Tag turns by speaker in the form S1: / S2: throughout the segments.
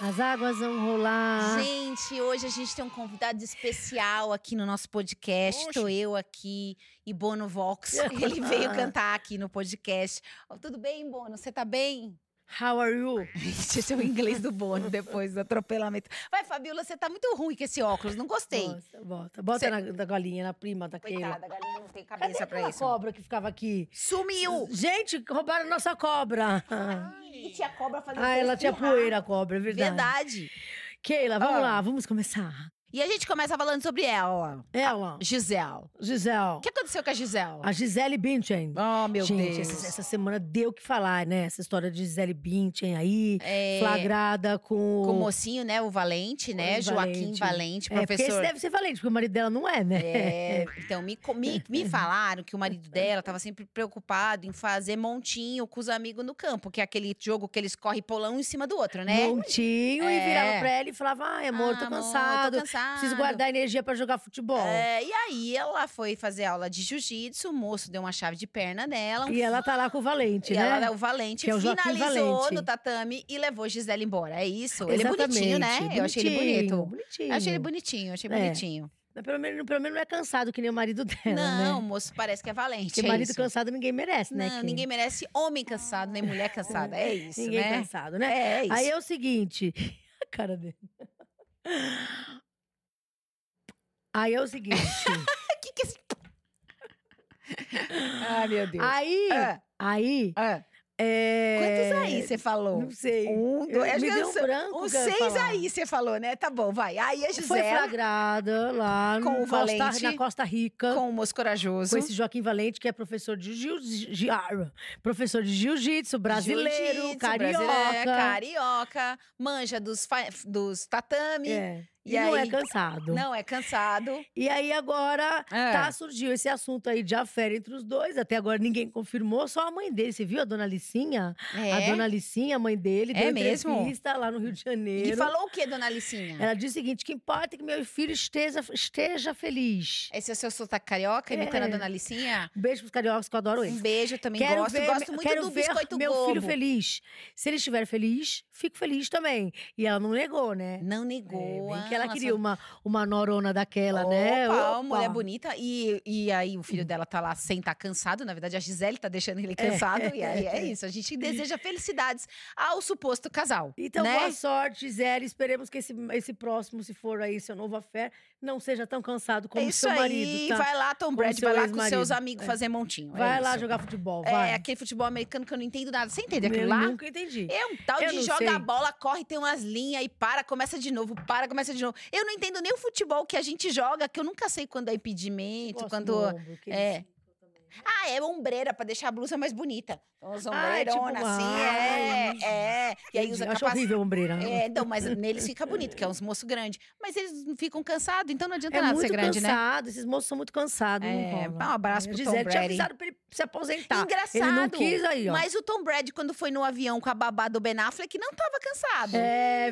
S1: As águas vão rolar.
S2: Gente, hoje a gente tem um convidado especial aqui no nosso podcast. Estou eu aqui e Bono Vox. Ele veio
S1: Ah.
S2: cantar aqui no podcast. Ó, tudo bem, Bono? Você tá bem?
S1: How are you?
S2: Esse é o inglês do Bono depois do atropelamento. Vai, Fabiola, você tá muito ruim com esse óculos, não gostei.
S1: Bota, bota, bota
S2: Cê-
S1: na, da galinha, na prima daquela.
S2: Coitada, a galinha não tem
S1: Cadê
S2: cabeça pra
S1: aquela
S2: isso.
S1: cobra que ficava aqui?
S2: Sumiu!
S1: Gente, roubaram nossa cobra.
S2: Ah, E tinha cobra fazendo
S1: Ah, ela
S2: você
S1: tinha
S2: espirrar.
S1: poeira, a cobra, é verdade.
S2: Verdade.
S1: Keila, vamos
S2: Ah.
S1: lá, vamos começar.
S2: E a gente começa falando sobre ela,
S1: Ela,
S2: Gisele.
S1: Gisele.
S2: O Ah, que aconteceu com a Gisele?
S1: A Gisele Bündchen.
S2: Oh, meu
S1: Gente,
S2: Deus.
S1: Essa, essa semana deu o que falar, né? Essa história de Gisele Bündchen aí,
S2: É,
S1: flagrada com...
S2: Com o mocinho, né? O Valente, né?
S1: O
S2: Joaquim
S1: Valente.
S2: Valente,
S1: É, porque esse
S2: professor.
S1: deve ser valente, porque o marido dela não é, né?
S2: É, então, me, co- me, me falaram que o marido dela estava sempre preocupado em fazer montinho com os amigos no campo, que é aquele jogo que eles correm polão um em cima do outro, né?
S1: Montinho
S2: É.
S1: e virava pra ela e falava: Ai, amor, tô
S2: Ah,
S1: cansado.
S2: tô cansado.
S1: Preciso guardar energia pra jogar futebol.
S2: É, e aí ela foi fazer aula de jiu-jitsu, o moço deu uma chave de perna nela. um
S1: E ela tá lá com o Valente,
S2: E
S1: né?
S2: ela, o Valente
S1: Que é o Joaquim
S2: finalizou
S1: Valente.
S2: no tatame e levou Gisele embora. É isso? Ele é
S1: Exatamente.
S2: bonitinho, né? Eu achei ele
S1: Bonitinho,
S2: bonito.
S1: Bonitinho.
S2: Eu achei ele bonitinho, achei
S1: É.
S2: bonitinho.
S1: Mas pelo menos, pelo menos não é cansado que nem o marido dela.
S2: não,
S1: né?
S2: o moço parece que é valente.
S1: Porque
S2: é
S1: marido
S2: isso.
S1: cansado ninguém merece, né?
S2: Não,
S1: Kim?
S2: ninguém merece homem cansado, nem mulher cansada. É isso,
S1: Ninguém
S2: né?
S1: cansado, né?
S2: É, é isso.
S1: Aí é o seguinte. A cara dele. Aí é o seguinte.
S2: que que esse... Ai, meu Deus.
S1: aí.
S2: Ah,
S1: Aí.
S2: ah.
S1: é,
S2: Quantos aí você falou?
S1: Não sei.
S2: Um, dois,
S1: Eu-
S2: acho
S1: me
S2: que
S1: deu
S2: eu
S1: um
S2: sei-
S1: branco.
S2: Uns
S1: cara,
S2: seis
S1: falar.
S2: aí você falou, né? Tá bom, vai. Aí a
S1: Foi
S2: Gisele
S1: flagrada lá
S2: Com
S1: no
S2: o
S1: Costa-
S2: Valente.
S1: na Costa Rica. Com...
S2: com o moço corajoso.
S1: esse Joaquim Valente, que é professor de jiu- ji- ah, professor de jiu-jitsu, brasileiro,
S2: Jiu-jitsu,
S1: carioca.
S2: brasileiro, é, carioca, manja dos, fa- dos tatame.
S1: É.
S2: E
S1: E, não
S2: aí-
S1: é cansado.
S2: Não é cansado.
S1: E aí agora
S2: É.
S1: tá surgiu esse assunto aí de afera entre os dois. Até agora ninguém confirmou, só a mãe dele. Você viu a dona Licinha? A dona Licinha, a mãe dele,
S2: É
S1: deu
S2: mesmo?
S1: entrevista lá no Rio de Janeiro.
S2: E falou o que, dona Alicinha?
S1: Ela disse o seguinte: que importa é que meu filho esteja, esteja feliz.
S2: Esse é o seu sotaque carioca, imitando
S1: É.
S2: a dona Alicinha?
S1: Um beijo pros cariocas que eu adoro eles.
S2: Um beijo, eu também gosto. gosto muito
S1: quero
S2: do
S1: ver
S2: biscoito
S1: meu
S2: Globo.
S1: filho feliz. Se ele estiver feliz, fico feliz também. E ela não negou, né? É,
S2: Não negou.
S1: bem que ela
S2: ah,
S1: queria
S2: só-
S1: uma, uma norona daquela, né?
S2: Opa,
S1: Opa.
S2: uma mulher bonita. E, e aí o filho dela tá lá sem estar cansado. Na verdade, a Gisele tá deixando ele cansado. E aí é isso. A gente deseja felicidades ao suposto casal.
S1: Então,
S2: né?
S1: boa sorte, Zé. Esperemos que esse, esse próximo, se for aí seu novo affair, não seja tão cansado como
S2: é
S1: o
S2: isso
S1: seu marido.
S2: aí.
S1: Tá?
S2: Vai lá, Tom
S1: Como
S2: Brady,
S1: seu
S2: vai lá com
S1: ex-marido.
S2: seus amigos
S1: É.
S2: fazer montinho. é
S1: Vai lá
S2: isso.
S1: jogar futebol,
S2: É
S1: vai.
S2: aquele futebol americano que eu não entendo nada. Você entende aquilo
S1: Eu
S2: lá?
S1: nunca entendi.
S2: É um tal
S1: Eu
S2: de
S1: não
S2: joga
S1: sei.
S2: a bola, corre, tem umas linhas e para, começa de novo, para, começa de novo. Eu não entendo nem o futebol que a gente joga, que eu nunca sei quando é impedimento,
S1: Gosto
S2: quando.
S1: do ombro, que
S2: é.
S1: eles- né?
S2: Ah, é ombreira pra deixar a blusa mais bonita. Então, as
S1: Ah, é tipo-
S2: ombreironas, assim,
S1: ai,
S2: é, é. E aí usa
S1: Eu acho
S2: capacete.
S1: horrível a ombreira. né?
S2: É, não, mas neles fica bonito, que é uns moços grandes. Mas eles não ficam cansados, então não adianta
S1: É
S2: nada
S1: muito
S2: ser grande, né?
S1: cansado, esses moços são muito cansados. não
S2: É,
S1: rola.
S2: um abraço pro
S1: A
S2: Tom
S1: Gisele tinha
S2: Brady. Tá.
S1: avisado pra tipo, ele se aposentar.
S2: Engraçado.
S1: Ele não quis aí, ó.
S2: Mas o Tom Brady, quando foi no avião com a babá do Ben Affleck, não tava cansado.
S1: É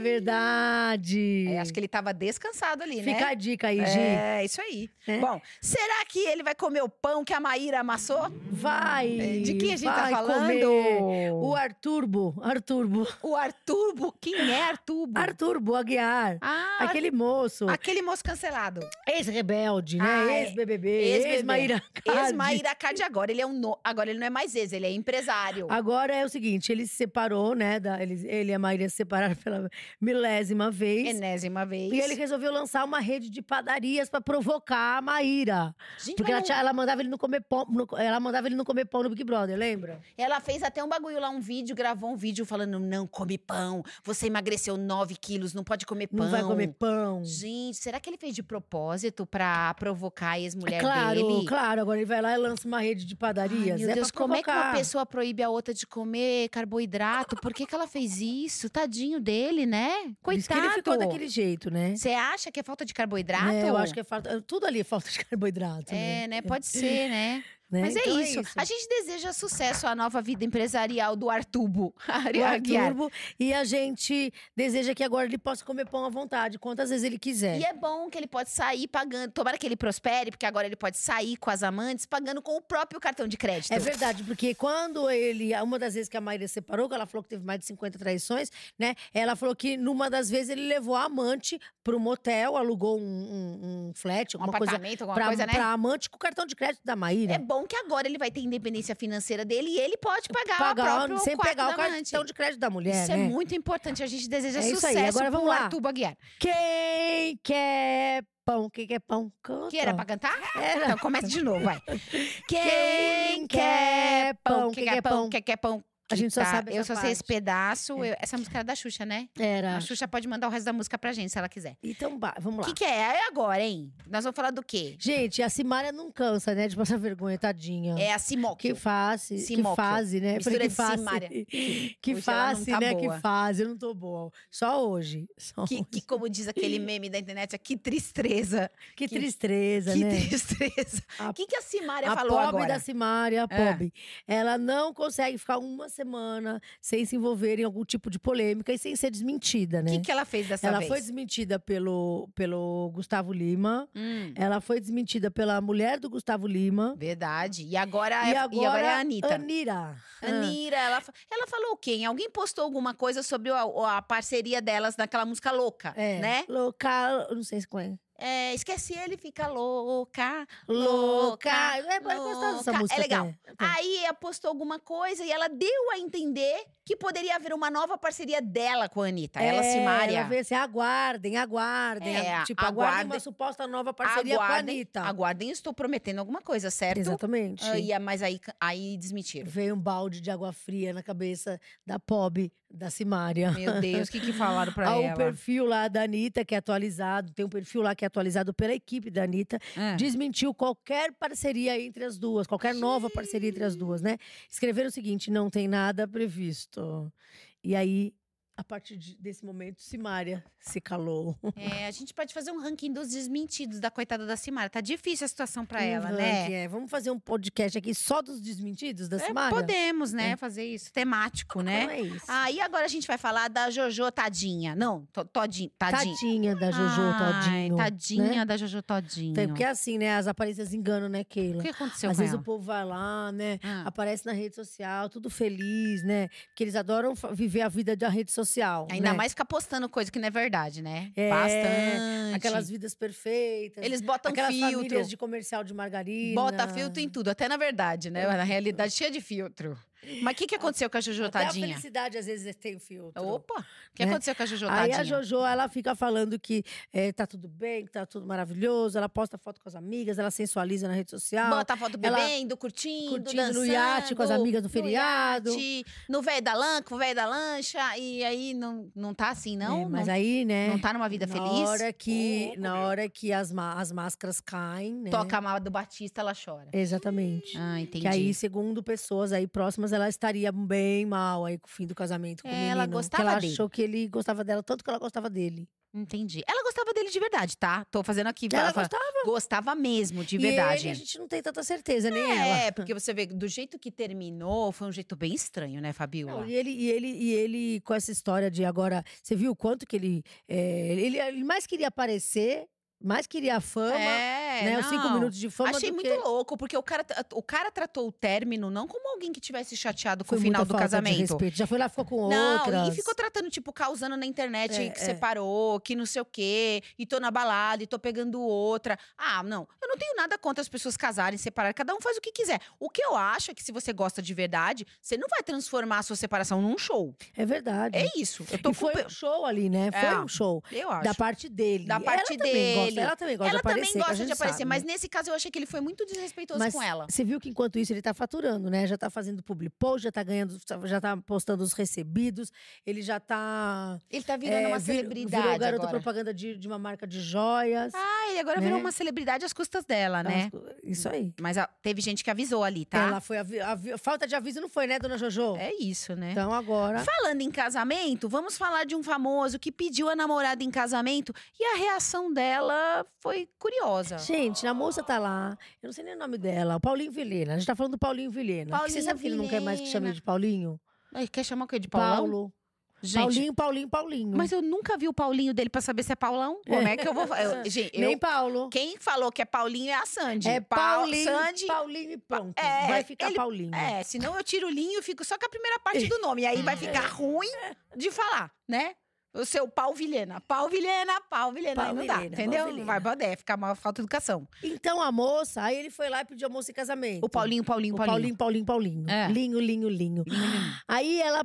S1: verdade.
S2: É, acho que ele tava descansado ali,
S1: Fica
S2: né?
S1: a dica aí, Gi.
S2: É, isso aí.
S1: É.
S2: Bom, será que ele vai comer o pão que a Maíra amassou?
S1: Vai.
S2: De quem a gente tá
S1: vai
S2: falando?
S1: comer. O Arturbo, Arturbo,
S2: O Arturbo? Quem é Arturbo?
S1: Arturbo Aguiar.
S2: Ah, aquele...
S1: Aquele moço,
S2: aquele moço cancelado.
S1: ex-rebelde, né?
S2: Ah, é.
S1: Ex-BBB,
S2: Ex-BBB.
S1: ex-Maíra Cardi.
S2: Ex-Maíra Cardi agora, ele é um no... agora ele não é mais ex, ele é empresário.
S1: Agora é o seguinte, ele se separou, né? da- ele, ele e a Maíra se separaram pela milésima vez.
S2: É Enésima vez.
S1: E ele resolveu lançar uma rede de padarias pra provocar a Maíra.
S2: Gente,
S1: Porque
S2: mas
S1: ela,
S2: Então não-
S1: tinha- ela mandava ele não comer pão, no- ela mandava ele não comer pão no Big Brother, lembra?
S2: Ela fez até um bagulho lá, um vídeo, gravou um vídeo falando: não come pão, você emagreceu 9 quilos, não pode comer pão.
S1: Não vai comer pão.
S2: Gente, será que ele fez de propósito pra provocar a ex-mulher
S1: É claro,
S2: dele?
S1: claro. Agora ele vai lá e lança uma rede de
S2: Ai,
S1: padarias.
S2: meu
S1: é
S2: Deus,
S1: pra
S2: como é que uma
S1: provocar.
S2: pessoa proíbe a outra de comer carboidrato? Por que, que ela fez isso? Tadinho dele, né?
S1: Por isso que ele ficou
S2: Coitado.
S1: daquele jeito, né?
S2: Você acha que é falta de carboidrato?
S1: É, eu acho que é falta. Tudo ali é falta de carboidrato. né?
S2: É, né? Pode ser, né?
S1: né?
S2: Mas é,
S1: Então
S2: isso. A gente deseja sucesso à nova vida empresarial do Artubo.
S1: O
S2: Ari Aguiar.
S1: Arturbo, e a gente deseja que agora ele possa comer pão à vontade, quantas vezes ele quiser.
S2: E é bom que ele pode sair pagando. Tomara que ele prospere, porque agora ele pode sair com as amantes pagando com o próprio cartão de crédito.
S1: É verdade, porque quando ele. Uma das vezes que a Maíra separou, que ela falou que teve mais de 50 traições, né? Ela falou que numa das vezes ele levou a amante para um motel, alugou um, um, um flat,
S2: Um
S1: alguma coisa.
S2: apartamento, alguma
S1: pra,
S2: coisa, né?
S1: pra amante com o cartão de crédito da Maíra.
S2: É bom que agora ele vai ter independência financeira dele e ele pode pagar, o
S1: pagar
S2: próprio
S1: sem
S2: quarto
S1: pegar
S2: da
S1: o
S2: amante.
S1: cartão de crédito da mulher.
S2: Isso
S1: né?
S2: é muito importante. A gente deseja
S1: É isso
S2: sucesso
S1: aí, agora vamos
S2: pro
S1: lá.
S2: Arthur Aguiar.
S1: Quem quer pão? Quem quer pão? Canta.
S2: Que era pra cantar?
S1: Era.
S2: Então começa de novo, vai.
S1: É. Quem quer pão? Quem quer pão?
S2: Quem quer pão?
S1: A gente só
S2: Tá,
S1: sabe
S2: Eu
S1: essa
S2: só sei esse
S1: parte. É.
S2: pedaço. eu- essa música era da Xuxa, né?
S1: Era.
S2: A Xuxa pode mandar o resto da música pra gente, se ela quiser.
S1: Então, ba- vamos lá.
S2: O que, que é? É agora, hein? Nós vamos falar do quê?
S1: Gente, a Simária não cansa, né? De passar vergonha, tadinha.
S2: É a Simóquio.
S1: Que fase,
S2: Simóquio.
S1: que fase, né? Eu
S2: Mistura
S1: falei,
S2: de
S1: que fase,
S2: Simária.
S1: Que
S2: Hoje ela não
S1: fase,
S2: tá
S1: né?
S2: boa.
S1: Que fase, eu não tô boa. Só hoje. Só
S2: Que,
S1: hoje.
S2: que, como diz aquele meme da internet, é que tristeza.
S1: Que tristeza,
S2: que
S1: né?
S2: tristeza.
S1: A-
S2: O que, que a Simária
S1: A
S2: falou
S1: pobre
S2: agora?
S1: da Simária, a
S2: É.
S1: pobre. Ela não consegue ficar uma semana sem se envolver em algum tipo de polêmica e sem ser desmentida,
S2: O
S1: né?
S2: que, que ela fez dessa
S1: ela
S2: vez?
S1: foi desmentida pelo, pelo Gustavo Lima.
S2: Hum,
S1: Ela foi desmentida pela mulher do Gustavo Lima.
S2: verdade. E agora,
S1: e,
S2: é-
S1: agora,
S2: é a Anitta.
S1: Anira. Ah,
S2: Anira, ela, fa- ela falou quem? Alguém postou alguma coisa sobre a, a parceria delas naquela música louca,
S1: É,
S2: né?
S1: Local, eu não sei se conhece.
S2: É, esquece ele, fica louca.
S1: Louca. É, é gostosa
S2: louca.
S1: essa música.
S2: É legal.
S1: até. Até.
S2: Aí ela postou alguma coisa e ela deu a entender que poderia haver uma nova parceria dela com a Anitta. ela
S1: É,
S2: se
S1: Ela veio assim, aguardem, aguardem.
S2: É,
S1: a- tipo, aguardem,
S2: aguardem.
S1: uma suposta nova parceria
S2: aguardem,
S1: com a Anitta.
S2: aguardem, estou prometendo alguma coisa, certo?
S1: Exatamente.
S2: Ah, e a- mas aí, aí desmentiram.
S1: Veio um balde de água fria na cabeça da Pob, da Simária.
S2: Meu Deus, o que, que falaram pra
S1: Há um
S2: ela?
S1: perfil lá da Anitta, que é atualizado, tem um perfil lá que é atualizado pela equipe da Anitta,
S2: Ah.
S1: desmentiu qualquer parceria entre as duas, qualquer nova parceria entre as duas, né? Escreveram o seguinte: não tem nada previsto. E aí, a partir de- desse momento, Simária se calou.
S2: É, a gente pode fazer um ranking dos desmentidos da coitada da Simara. Tá difícil a situação pra
S1: Um
S2: ela,
S1: ranking,
S2: né?
S1: é. Vamos fazer um podcast aqui só dos desmentidos da
S2: É,
S1: Simária?
S2: podemos, né? Fazer isso temático, né?
S1: Então é isso.
S2: Aí agora a gente vai falar da Jojo Tadinha. Não, to- Todinho. Tadinha.
S1: Tadinha da Jojo,
S2: Ai,
S1: todinho.
S2: Tadinha
S1: né?
S2: da Jojo Todinho.
S1: Tem- Porque é assim, né? As aparências enganam, né,
S2: O
S1: Keila?
S2: que aconteceu
S1: Às
S2: com
S1: vezes
S2: ela?
S1: o povo vai lá, né?
S2: Ah.
S1: Aparece na rede social, tudo feliz, né? Porque eles adoram fa- viver a vida da rede social.
S2: Ainda
S1: né?
S2: mais ficar postando coisa que não é verdade, né?
S1: É,
S2: Bastante.
S1: Aquelas vidas perfeitas.
S2: Eles botam
S1: aquelas
S2: filtro.
S1: famílias de comercial de margarina.
S2: Bota filtro em tudo, até na verdade, né? Na realidade, cheia de filtro. Mas o que, que aconteceu com a Jojo
S1: Até a
S2: Tadinha?
S1: felicidade às vezes tem filtro.
S2: Opa! O que
S1: né?
S2: aconteceu com a Jojo
S1: Aí
S2: Tadinha?
S1: a Jojo, ela fica falando que eh, tá tudo bem, que tá tudo maravilhoso. Ela posta foto com as amigas, ela sensualiza na rede social.
S2: Bota a foto
S1: Ela
S2: bebendo, curtindo,
S1: curtindo
S2: dançando.
S1: no iate com as amigas no feriado.
S2: No, iate, no velho da lancha, com o velho da lancha. E aí não, não tá assim, não?
S1: É, mas
S2: não,
S1: aí, né?
S2: não tá numa vida
S1: na
S2: feliz?
S1: Hora que,
S2: Louco,
S1: na
S2: meu.
S1: hora que as, ma- as máscaras caem, né?
S2: Toca a mala do Batista, ela chora.
S1: Exatamente.
S2: Ah, entendi.
S1: Que aí, segundo pessoas aí próximas, ela estaria bem mal aí com o fim do casamento com o
S2: É,
S1: menino.
S2: ela
S1: que
S2: gostava
S1: ela
S2: dele.
S1: achou que ele gostava dela tanto que ela gostava dele.
S2: Entendi. Ela gostava dele de verdade, tá? Tô fazendo aqui.
S1: ela
S2: fala- fala-
S1: gostava
S2: gostava mesmo, de
S1: E
S2: verdade.
S1: ele, a gente não tem tanta certeza, nem ela.
S2: É, porque você vê, do jeito que terminou, foi um jeito bem estranho, né, Fabiola?
S1: Não, e, ele, e, ele, e ele, com essa história de agora, você viu o quanto que ele, é, ele. Ele mais queria aparecer, mais queria fama,
S2: é,
S1: né? Os cinco
S2: não.
S1: minutos de fama.
S2: Achei
S1: do
S2: muito
S1: que-
S2: louco, porque o cara, tra- o cara tratou o término não como alguém que tivesse chateado com
S1: Foi
S2: o final
S1: muita
S2: do
S1: falta de
S2: casamento.
S1: respeito. Já foi lá, ficou com
S2: Não,
S1: outras.
S2: e ficou tratando, tipo, causando na internet
S1: É,
S2: que
S1: é.
S2: separou, que não sei o quê, e tô na balada, e tô pegando outra. Ah, não, eu não tenho nada contra as pessoas casarem, separarem, cada um faz o que quiser. O que eu acho é que se você gosta de verdade, você não vai transformar a sua separação num show.
S1: É verdade.
S2: É isso. Eu tô
S1: E foi
S2: com...
S1: um show ali, né? Foi
S2: É.
S1: um show.
S2: Eu acho.
S1: Da parte dele.
S2: Da parte
S1: ela Também
S2: dele.
S1: gosta, ela também gosta
S2: ela
S1: de aparecer.
S2: também
S1: que a
S2: gosta de
S1: gente
S2: aparecer,
S1: sabe,
S2: mas
S1: né?
S2: nesse caso eu achei que ele foi muito desrespeitoso
S1: Mas
S2: com ela.
S1: Você viu que enquanto isso ele tá faturando, né? Já tá fazendo public post, já tá ganhando, já tá postando os recebidos, ele já tá.
S2: Ele tá virando
S1: é,
S2: uma
S1: vir-
S2: celebridade
S1: Virou garoto
S2: agora.
S1: propaganda de, de uma marca de joias.
S2: Ah, ele agora
S1: Né?
S2: virou uma celebridade às custas dela, né?
S1: Isso aí.
S2: Mas a- teve gente que avisou ali, tá?
S1: Ela foi avi- avi- falta de aviso não foi, né, dona Jojo?
S2: É isso, né?
S1: Então agora.
S2: Falando em casamento, vamos falar de um famoso que pediu a namorada em casamento e a reação dela foi curiosa.
S1: Gente, a moça tá lá. Eu não sei nem o nome dela. O Paulinho Vilhena. A gente tá falando do Paulinho Vilhena. Porque Você
S2: Paulinho
S1: sabe que ele não quer mais que chame
S2: Vilhena.
S1: ele de Paulinho?
S2: Ai, Quer chamar o quê? De Paulão?
S1: Paulo.
S2: Gente,
S1: Paulinho, Paulinho, Paulinho.
S2: mas eu nunca vi o Paulinho dele pra saber se é Paulão. Como é que eu vou. Eu, gente, eu-
S1: Nem Paulo.
S2: quem falou que é Paulinho é a Sandy.
S1: É
S2: Pau-
S1: Paulinho,
S2: Sandy.
S1: Paulinho e pronto.
S2: É,
S1: vai ficar
S2: ele-
S1: Paulinho.
S2: É, senão eu tiro o linho e fico só com a primeira parte do nome. Aí vai ficar ruim de falar, né? O seu pau vilhena, pau vilhena, pau vilhena. Aí não dá,
S1: Pauvilhena,
S2: entendeu?
S1: Pauvilhena.
S2: Vai poder, fica uma falta de educação.
S1: Então a moça, aí ele foi lá e pediu a moça em casamento.
S2: O Paulinho, Paulinho,
S1: O
S2: Paulinho.
S1: Paulinho, Paulinho, Paulinho.
S2: É.
S1: Linho, linho, linho.
S2: Paulinho.
S1: Aí ela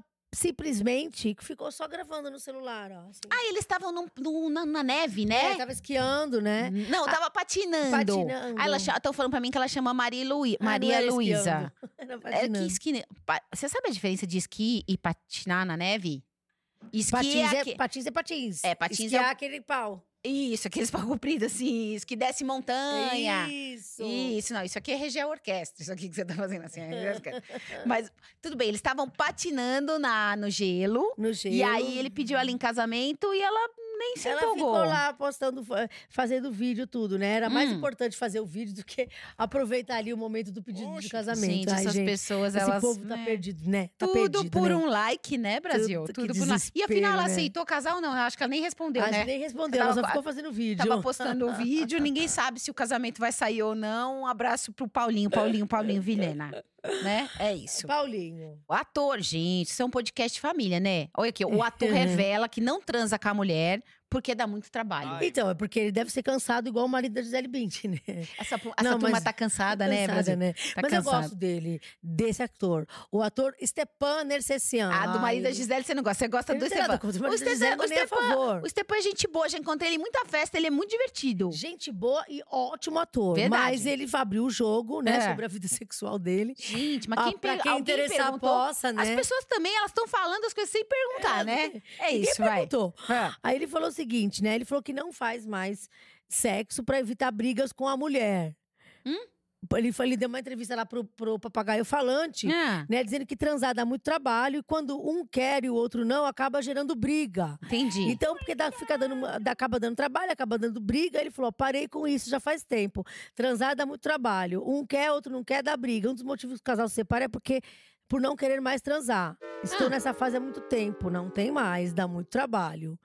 S1: simplesmente ficou só gravando no celular, ó. assim.
S2: Ah, eles estavam num- num- na, na neve,
S1: É,
S2: né?
S1: tava esquiando, né?
S2: Não, tava patinando.
S1: Patinando.
S2: Aí elas estão falando pra mim que ela chama Maria, Luí-
S1: Ah, não
S2: Maria
S1: era
S2: Luísa.
S1: esquiando, Era
S2: É que
S1: patinando.
S2: esqui... né? Pa- Você sabe a diferença de esqui e patinar na neve? Esqui
S1: Patins
S2: é,
S1: é,
S2: aque-
S1: patins é patins.
S2: É, patins é
S1: Esquiar
S2: o-
S1: aquele pau.
S2: Isso, aqueles pau comprido assim, isso que desce montanha.
S1: Isso.
S2: Isso, não, isso aqui é reger a orquestra, isso aqui que você tá fazendo assim. é reger a orquestra. Mas tudo bem, eles estavam patinando na, no gelo,
S1: No gelo.
S2: E aí ele pediu ela em casamento e ela nem se
S1: Ela
S2: empolgou.
S1: ficou lá postando, fa- fazendo vídeo, tudo, né? Era mais
S2: Hum.
S1: importante fazer o vídeo do que aproveitar ali o momento do pedido de casamento.
S2: Gente,
S1: Ai,
S2: essas
S1: gente,
S2: pessoas,
S1: esse
S2: elas.
S1: povo tá
S2: né?
S1: perdido, né? Tá
S2: Tudo
S1: perdido,
S2: por
S1: né?
S2: um like, né, Brasil?
S1: Tudo- que
S2: Tudo por um like. E afinal,
S1: desespero,
S2: ela
S1: né?
S2: aceitou casar ou não? Eu acho que ela nem respondeu,
S1: A gente
S2: né?
S1: nem respondeu, ela só
S2: Tava co-
S1: ficou fazendo vídeo.
S2: Tava postando o vídeo, ninguém sabe se o casamento vai sair ou não. Um abraço pro Paulinho, Paulinho, Paulinho Vilhena. Né? É isso.
S1: Paulinho.
S2: O ator, gente, isso é um podcast de família, né? Olha aqui, o ator revela que não transa com a mulher porque dá muito trabalho.
S3: Ai.
S1: Então, é porque ele deve ser cansado igual o marido da Gisele Bündchen, né?
S2: Essa, pu- essa
S1: Não,
S2: turma
S1: mas-
S2: tá cansada, né,
S1: Cansada,
S2: Brasil?
S1: né?
S2: Tá
S1: Mas eu
S2: cansada.
S1: gosto dele, desse ator. O ator Stepan Nercessian.
S2: Ah, do marido da
S1: Gisele.
S2: Gisele você não gosta. Tá Você gosta do Esteban.
S1: O
S2: O
S1: marido da
S2: Esteban-
S1: Gisele,
S2: o
S1: mas nem a
S2: Esteban-
S1: favor.
S2: O Estepan é gente boa, já encontrei ele em muita festa, ele é muito divertido.
S1: Gente boa e ótimo ator.
S2: Verdade.
S1: Mas ele abriu o jogo, né?
S2: É.
S1: Sobre a vida sexual dele.
S2: Gente, mas
S1: Ah,
S2: quem,
S1: pra
S2: per-
S1: quem
S2: alguém
S1: interessar
S2: perguntou?
S1: possa, né?
S2: As pessoas também, elas estão falando as coisas sem perguntar, né? É
S1: Ninguém
S2: isso, vai.
S1: perguntou.
S2: Ah,
S1: Aí ele falou o seguinte, né? Ele falou que não faz mais sexo pra evitar brigas com a mulher.
S2: Hum?
S1: Ele, fa- ele deu uma entrevista lá pro, pro papagaio falante,
S2: ah,
S1: né? Dizendo que transar dá muito trabalho e quando um quer e o outro não, acaba gerando briga.
S2: entendi.
S1: Então, porque dá, fica dando, uma- dá- acaba dando trabalho, acaba dando briga. Ele falou: ó, parei com isso já faz tempo. Transar dá muito trabalho. Um quer, outro não quer, dá briga. Um dos motivos que o casal se separa é porque por não querer mais transar. Estou
S2: Ah.
S1: nessa fase há muito tempo, não tem mais, dá muito trabalho.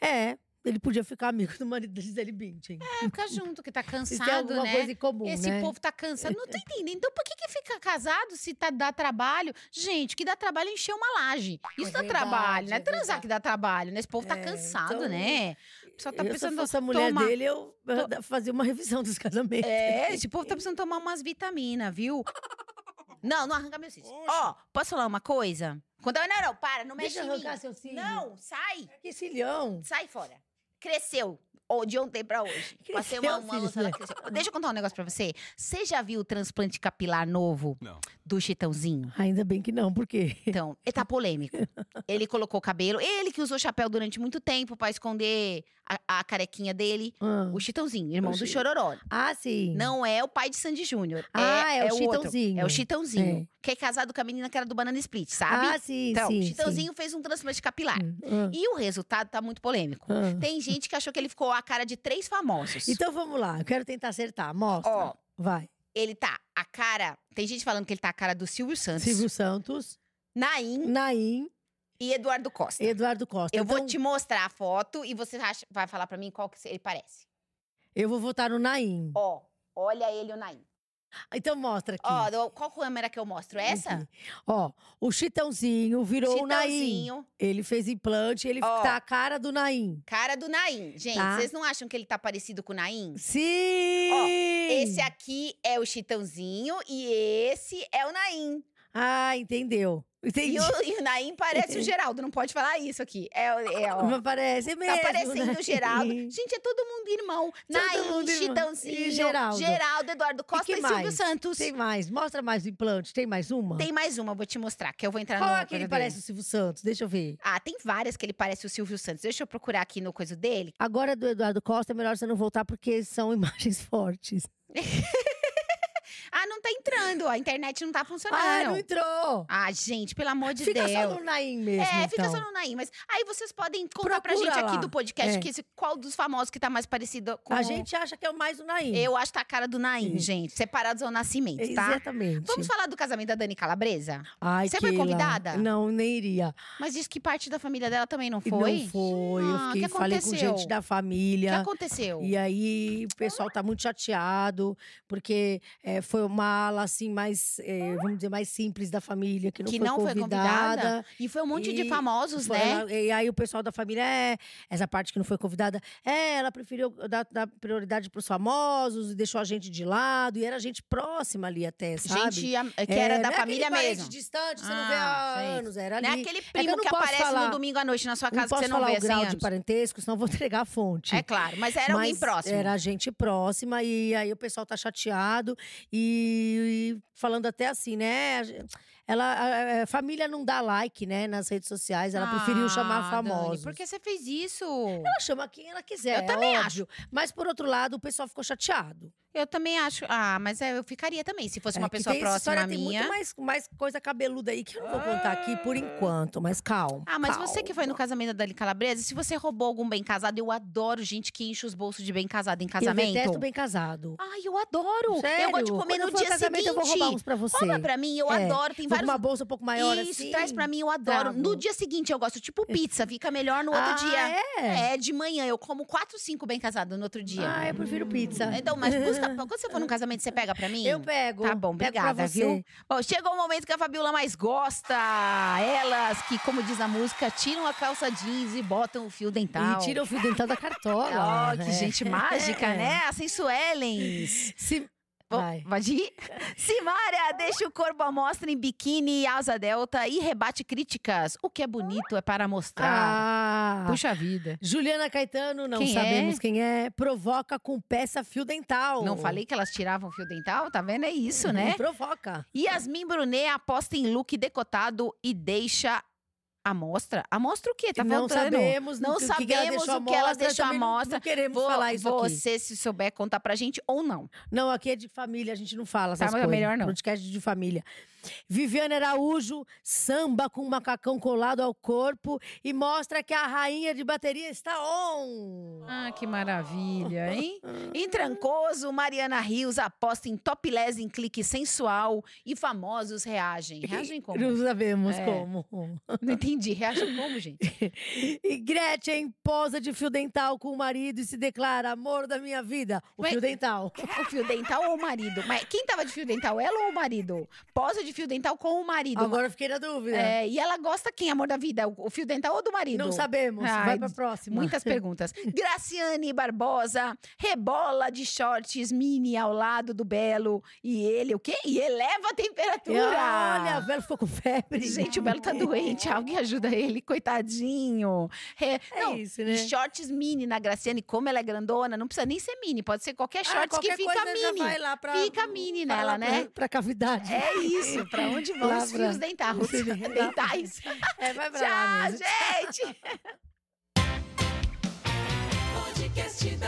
S1: É, ele podia ficar amigo do marido da Gisele Bündchen.
S2: É, fica junto, que tá
S1: Se tem
S2: cansado,
S1: alguma
S2: né?
S1: coisa em comum,
S2: Esse
S1: né?
S2: povo tá cansado. Não tô entendendo. Então, por que, que fica casado se tá, dá trabalho? Gente, o que dá trabalho é encher uma laje. Isso
S1: É
S2: dá
S1: verdade,
S2: trabalho, não é
S1: é
S2: transar
S1: verdade.
S2: que dá trabalho, né? Esse povo tá
S1: É,
S2: cansado,
S1: então,
S2: né? Só tá
S1: eu, se
S2: pensando.
S1: eu fosse a mulher
S2: "Toma,
S1: dele, eu eu fazia uma revisão dos casamentos.
S2: É, esse povo tá precisando tomar umas vitaminas, viu? Não, não arranca meu cílio. Ó, posso falar uma coisa? Quando eu não, não, para, não mexe
S1: Deixa eu
S2: em mim.
S1: arrancar seu cílio.
S2: Não, sai,
S1: Que cilhão.
S2: sai fora. Cresceu. Ou de ontem pra hoje. Passei uma,
S1: Cresceu,
S2: uma
S1: filho,
S2: louça, ela
S1: né?
S2: cresceu. Deixa eu contar um negócio pra você. Você já viu o transplante capilar novo
S3: Não.
S2: do Chitãozinho?
S1: Ainda bem que não, porque.
S2: Então, ele tá polêmico. Ele colocou cabelo. Ele que usou chapéu durante muito tempo pra esconder a, a carequinha dele.
S1: Ah,
S2: O Chitãozinho, irmão
S1: O
S2: do
S1: Chi-
S2: Chororó.
S1: ah sim.
S2: Não é o pai de Sandy Júnior.
S1: Ah, é o
S2: outro.
S1: Chitãozinho.
S2: É o Chitãozinho.
S1: É.
S2: Que é casado com a menina que era do Banana Split, sabe?
S1: Ah, sim,
S2: então,
S1: sim.
S2: o
S1: sim.
S2: Chitãozinho fez um transplante capilar.
S1: Hum, ah,
S2: E o resultado tá muito polêmico.
S1: ah.
S2: Tem gente que achou que ele ficou a cara de três famosos.
S1: Então vamos lá, eu quero tentar acertar. Mostra.
S2: é Ó.
S1: Vai.
S2: Ele tá a cara. Tem gente falando que ele tá a cara do Silvio Santos,
S1: Silvio Santos,
S2: Naim
S1: Naim
S2: e Eduardo Costa.
S1: e Eduardo Costa.
S2: Hum. Eu vou
S1: Então,
S2: te mostrar a foto e você acha- vai falar pra mim qual que ele parece.
S1: eu vou votar no Naim.
S2: Ó, olha ele o Naim.
S1: Então mostra aqui.
S2: Ó, do- qual câmera que eu mostro? Essa?
S1: Aqui. Ó, o Chitãozinho virou o Naim.
S2: Chitãozinho,
S1: Ele fez implante, ele
S2: Ó.
S1: tá a cara do Naim.
S2: Cara do Naim. Gente,
S1: Tá.
S2: vocês não acham que ele tá parecido com o Naim?
S1: Sim!
S2: Esse aqui é o Chitãozinho e esse é o Naim.
S1: Ah, entendeu. Entendi.
S2: E o, e o Naim parece o Geraldo, não pode falar isso aqui. É, é ó.
S1: Mas Parece mesmo.
S2: Tá parecendo
S1: né?
S2: o Geraldo. Gente, é todo mundo irmão. Naim,
S1: mundo irmão.
S2: Chitãozinho,
S1: E Geraldo.
S2: Geraldo, Eduardo Costa
S1: que
S2: e, Silvio
S1: mais?
S2: Santos.
S1: Tem
S2: Tem...
S1: mais. Mostra mais o implante. Tem mais uma?
S2: mais uma, vou te mostrar, que eu vou entrar
S1: Qual
S2: no...
S1: é que ele
S2: coisa dele.
S1: parece o Silvio Santos? Deixa eu ver.
S2: Ah, tem várias que ele parece o Silvio Santos. Deixa eu procurar aqui no coisa dele.
S1: Agora do Eduardo Costa é melhor você não voltar porque são imagens fortes.
S2: Ah, não tá entrando, ó. A internet não tá funcionando.
S1: Ah, não entrou!
S2: Ah, gente, pelo amor de
S1: Fica
S2: Deus.
S1: só no Naim mesmo.
S2: É,
S1: então.
S2: fica só no Naim, mas aí vocês podem contar pra
S1: Procura
S2: gente aqui
S1: lá.
S2: do podcast
S1: É.
S2: que esse- qual dos famosos que tá mais parecido com
S1: A gente acha que é o mais o Naim.
S2: Eu acho que tá a cara do Naim,
S1: Sim.
S2: gente. Separados ao nascimento, tá?
S1: Exatamente.
S2: Vamos falar do casamento da Dani Calabresa?
S1: Ai,
S2: Você foi
S1: Keila,
S2: convidada?
S1: Não, nem iria.
S2: Mas diz que parte da família dela também não
S1: E
S2: foi?
S1: Não foi. Eu
S2: Ah,
S1: fiquei,
S2: que
S1: falei com gente
S2: aconteceu?
S1: da
S2: O que
S1: família.
S2: aconteceu?
S1: E aí o pessoal tá muito chateado, porque é, foi uma ala, assim, mais, é, vamos dizer, mais simples da família, que não,
S2: que
S1: foi,
S2: não foi
S1: convidada.
S2: convidada. E foi um monte de
S1: E
S2: famosos,
S1: Foi
S2: né?
S1: ela- e aí o pessoal da família, é, essa parte que não foi convidada, é, ela preferiu dar, dar prioridade pros famosos e deixou a gente de lado. E era gente próxima ali até, sabe?
S2: Gente am- que
S1: É,
S2: era
S1: não
S2: da
S1: é
S2: família
S1: aquele parente
S2: mesmo.
S1: distante, você não
S2: Ah,
S1: vê há
S2: sei.
S1: anos, era ali.
S2: Não é aquele primo
S1: eu não
S2: que
S1: posso
S2: aparece
S1: falar-
S2: no domingo à noite na sua casa
S1: não posso
S2: que você não
S1: falar
S2: vê
S1: o
S2: assim.
S1: grau de
S2: anos.
S1: parentesco, senão eu vou entregar a fonte.
S2: É claro, mas era alguém
S1: Mas
S2: próximo.
S1: Era gente próxima, e aí o pessoal tá chateado e, e falando até assim, né? a gen- Ela, a- a- a família não dá like, né, nas redes sociais, ela preferiu chamar
S2: Ah, Dani,
S1: famosos.
S2: Por que você fez isso?
S1: Ela chama quem ela quiser.
S2: Eu também
S1: é óbvio. Mas por outro lado, o pessoal ficou chateado.
S2: Eu também acho. Ah, mas é, eu ficaria também, se fosse
S1: É,
S2: uma
S1: que
S2: pessoa
S1: tem essa
S2: próxima
S1: história,
S2: à
S1: Tem
S2: minha.
S1: muito mais, mais coisa cabeluda aí que eu não vou contar aqui por enquanto, mas calma.
S2: Ah, mas
S1: calma.
S2: você que foi no casamento da Dani Calabresa, se você roubou algum bem casado, eu adoro gente que enche os bolsos de bem casado em
S1: Eu
S2: casamento.
S1: detesto bem casado.
S2: Ai, eu adoro. eu gosto de
S1: Sério?
S2: comer
S1: Quando eu
S2: no
S1: for
S2: dia
S1: ao casamento,
S2: seguinte.
S1: eu vou roubar uns pra você.
S2: Rouba pra mim, eu
S1: É,
S2: adoro. Tem
S1: Vou com
S2: vários.
S1: uma bolsa um pouco maior
S2: Isso,
S1: assim.
S2: traz pra mim, eu adoro.
S1: trago.
S2: No dia seguinte eu gosto, tipo pizza, fica melhor no outro
S1: ah,
S2: dia.
S1: É?
S2: É, de manhã, eu como quatro, cinco bem casado no outro dia.
S1: Ah, eu prefiro pizza.
S2: Então, mas busca, quando você for num casamento, você pega pra mim?
S1: Eu pego.
S2: Tá bom,
S1: pego
S2: obrigada,
S1: pra você.
S2: viu? Bom, chegou o momento que a Fabiola mais gosta. Elas que, como diz a música, tiram a calça jeans e botam o fio dental.
S1: E tira o fio dental da cartola.
S2: Oh, que
S1: É.
S2: gente mágica,
S1: É.
S2: né? A Sensuelens.
S1: Se...
S2: Bom,
S1: Vai.
S2: Pode ir? Simária, deixa o corpo à mostra em biquíni e asa delta e rebate críticas. O que é bonito é para
S1: Ah.
S2: mostrar. Puxa vida.
S1: Juliana Caetano, não
S2: Quem
S1: sabemos
S2: é?
S1: quem é, provoca com peça fio dental.
S2: Não falei que elas tiravam fio dental? Tá vendo? É isso, né?
S1: Uhum. Provoca.
S2: Yasmin Brunet aposta em look decotado e deixa a mostra. A mostra o quê? Tá
S1: não
S2: faltando.
S1: sabemos, o
S2: Não
S1: que que ela
S2: sabemos
S1: deixou à
S2: o que ela
S1: mostra,
S2: deixou à
S1: também não-
S2: mostra.
S1: Não queremos
S2: Vou-
S1: falar isso aqui.
S2: você, se souber, contar pra gente ou não.
S1: Não, aqui é de família, a gente não fala
S2: Tá,
S1: essas
S2: mas é
S1: coisas.
S2: melhor não.
S1: Podcast de família. Viviane Araújo samba com macacão colado ao corpo e mostra que a rainha de bateria está on.
S2: Ah, que maravilha, hein? Em Trancoso, Mariana Rios aposta em topless em clique sensual e famosos reagem. Reagem como?
S1: Não sabemos
S2: É.
S1: como.
S2: Não entendi. Reagem como, gente?
S1: E Gretchen posa de fio dental com o marido e se declara amor da minha vida. O
S2: Ué.
S1: fio dental.
S2: O fio dental ou o marido? Mas quem tava de fio dental, ela ou o marido? Posa de fio dental com o marido.
S1: Agora eu fiquei na dúvida.
S2: É, e ela gosta quem, amor da vida? O o fio dental ou do marido?
S1: Não sabemos.
S2: Ai,
S1: Vai pra próxima.
S2: Ah, Muitas perguntas. Graciane Barbosa, rebola de shorts mini ao lado do Belo. E ele, o quê? E eleva a temperatura.
S1: Olha, o Belo ficou com febre.
S2: Gente, o Belo tá doente, alguém ajuda ele, coitadinho. É,
S1: É
S2: não,
S1: isso, né?
S2: shorts mini na Graciane, como ela é grandona, não precisa nem ser mini, pode ser qualquer shorts
S1: Ah, qualquer
S2: que fica
S1: coisa já
S2: mini.
S1: vai lá pra-
S2: Fica mini
S1: vai
S2: nela,
S1: lá
S2: né?
S1: Pra, pra cavidade.
S2: É isso, pra onde vão
S1: Lá
S2: os
S1: pra-
S2: fios dentais?
S1: Você vê, lá-
S2: dentais.
S1: É, vai pra lá
S2: Tchau,
S1: mesmo.
S2: gente!
S3: Podcast da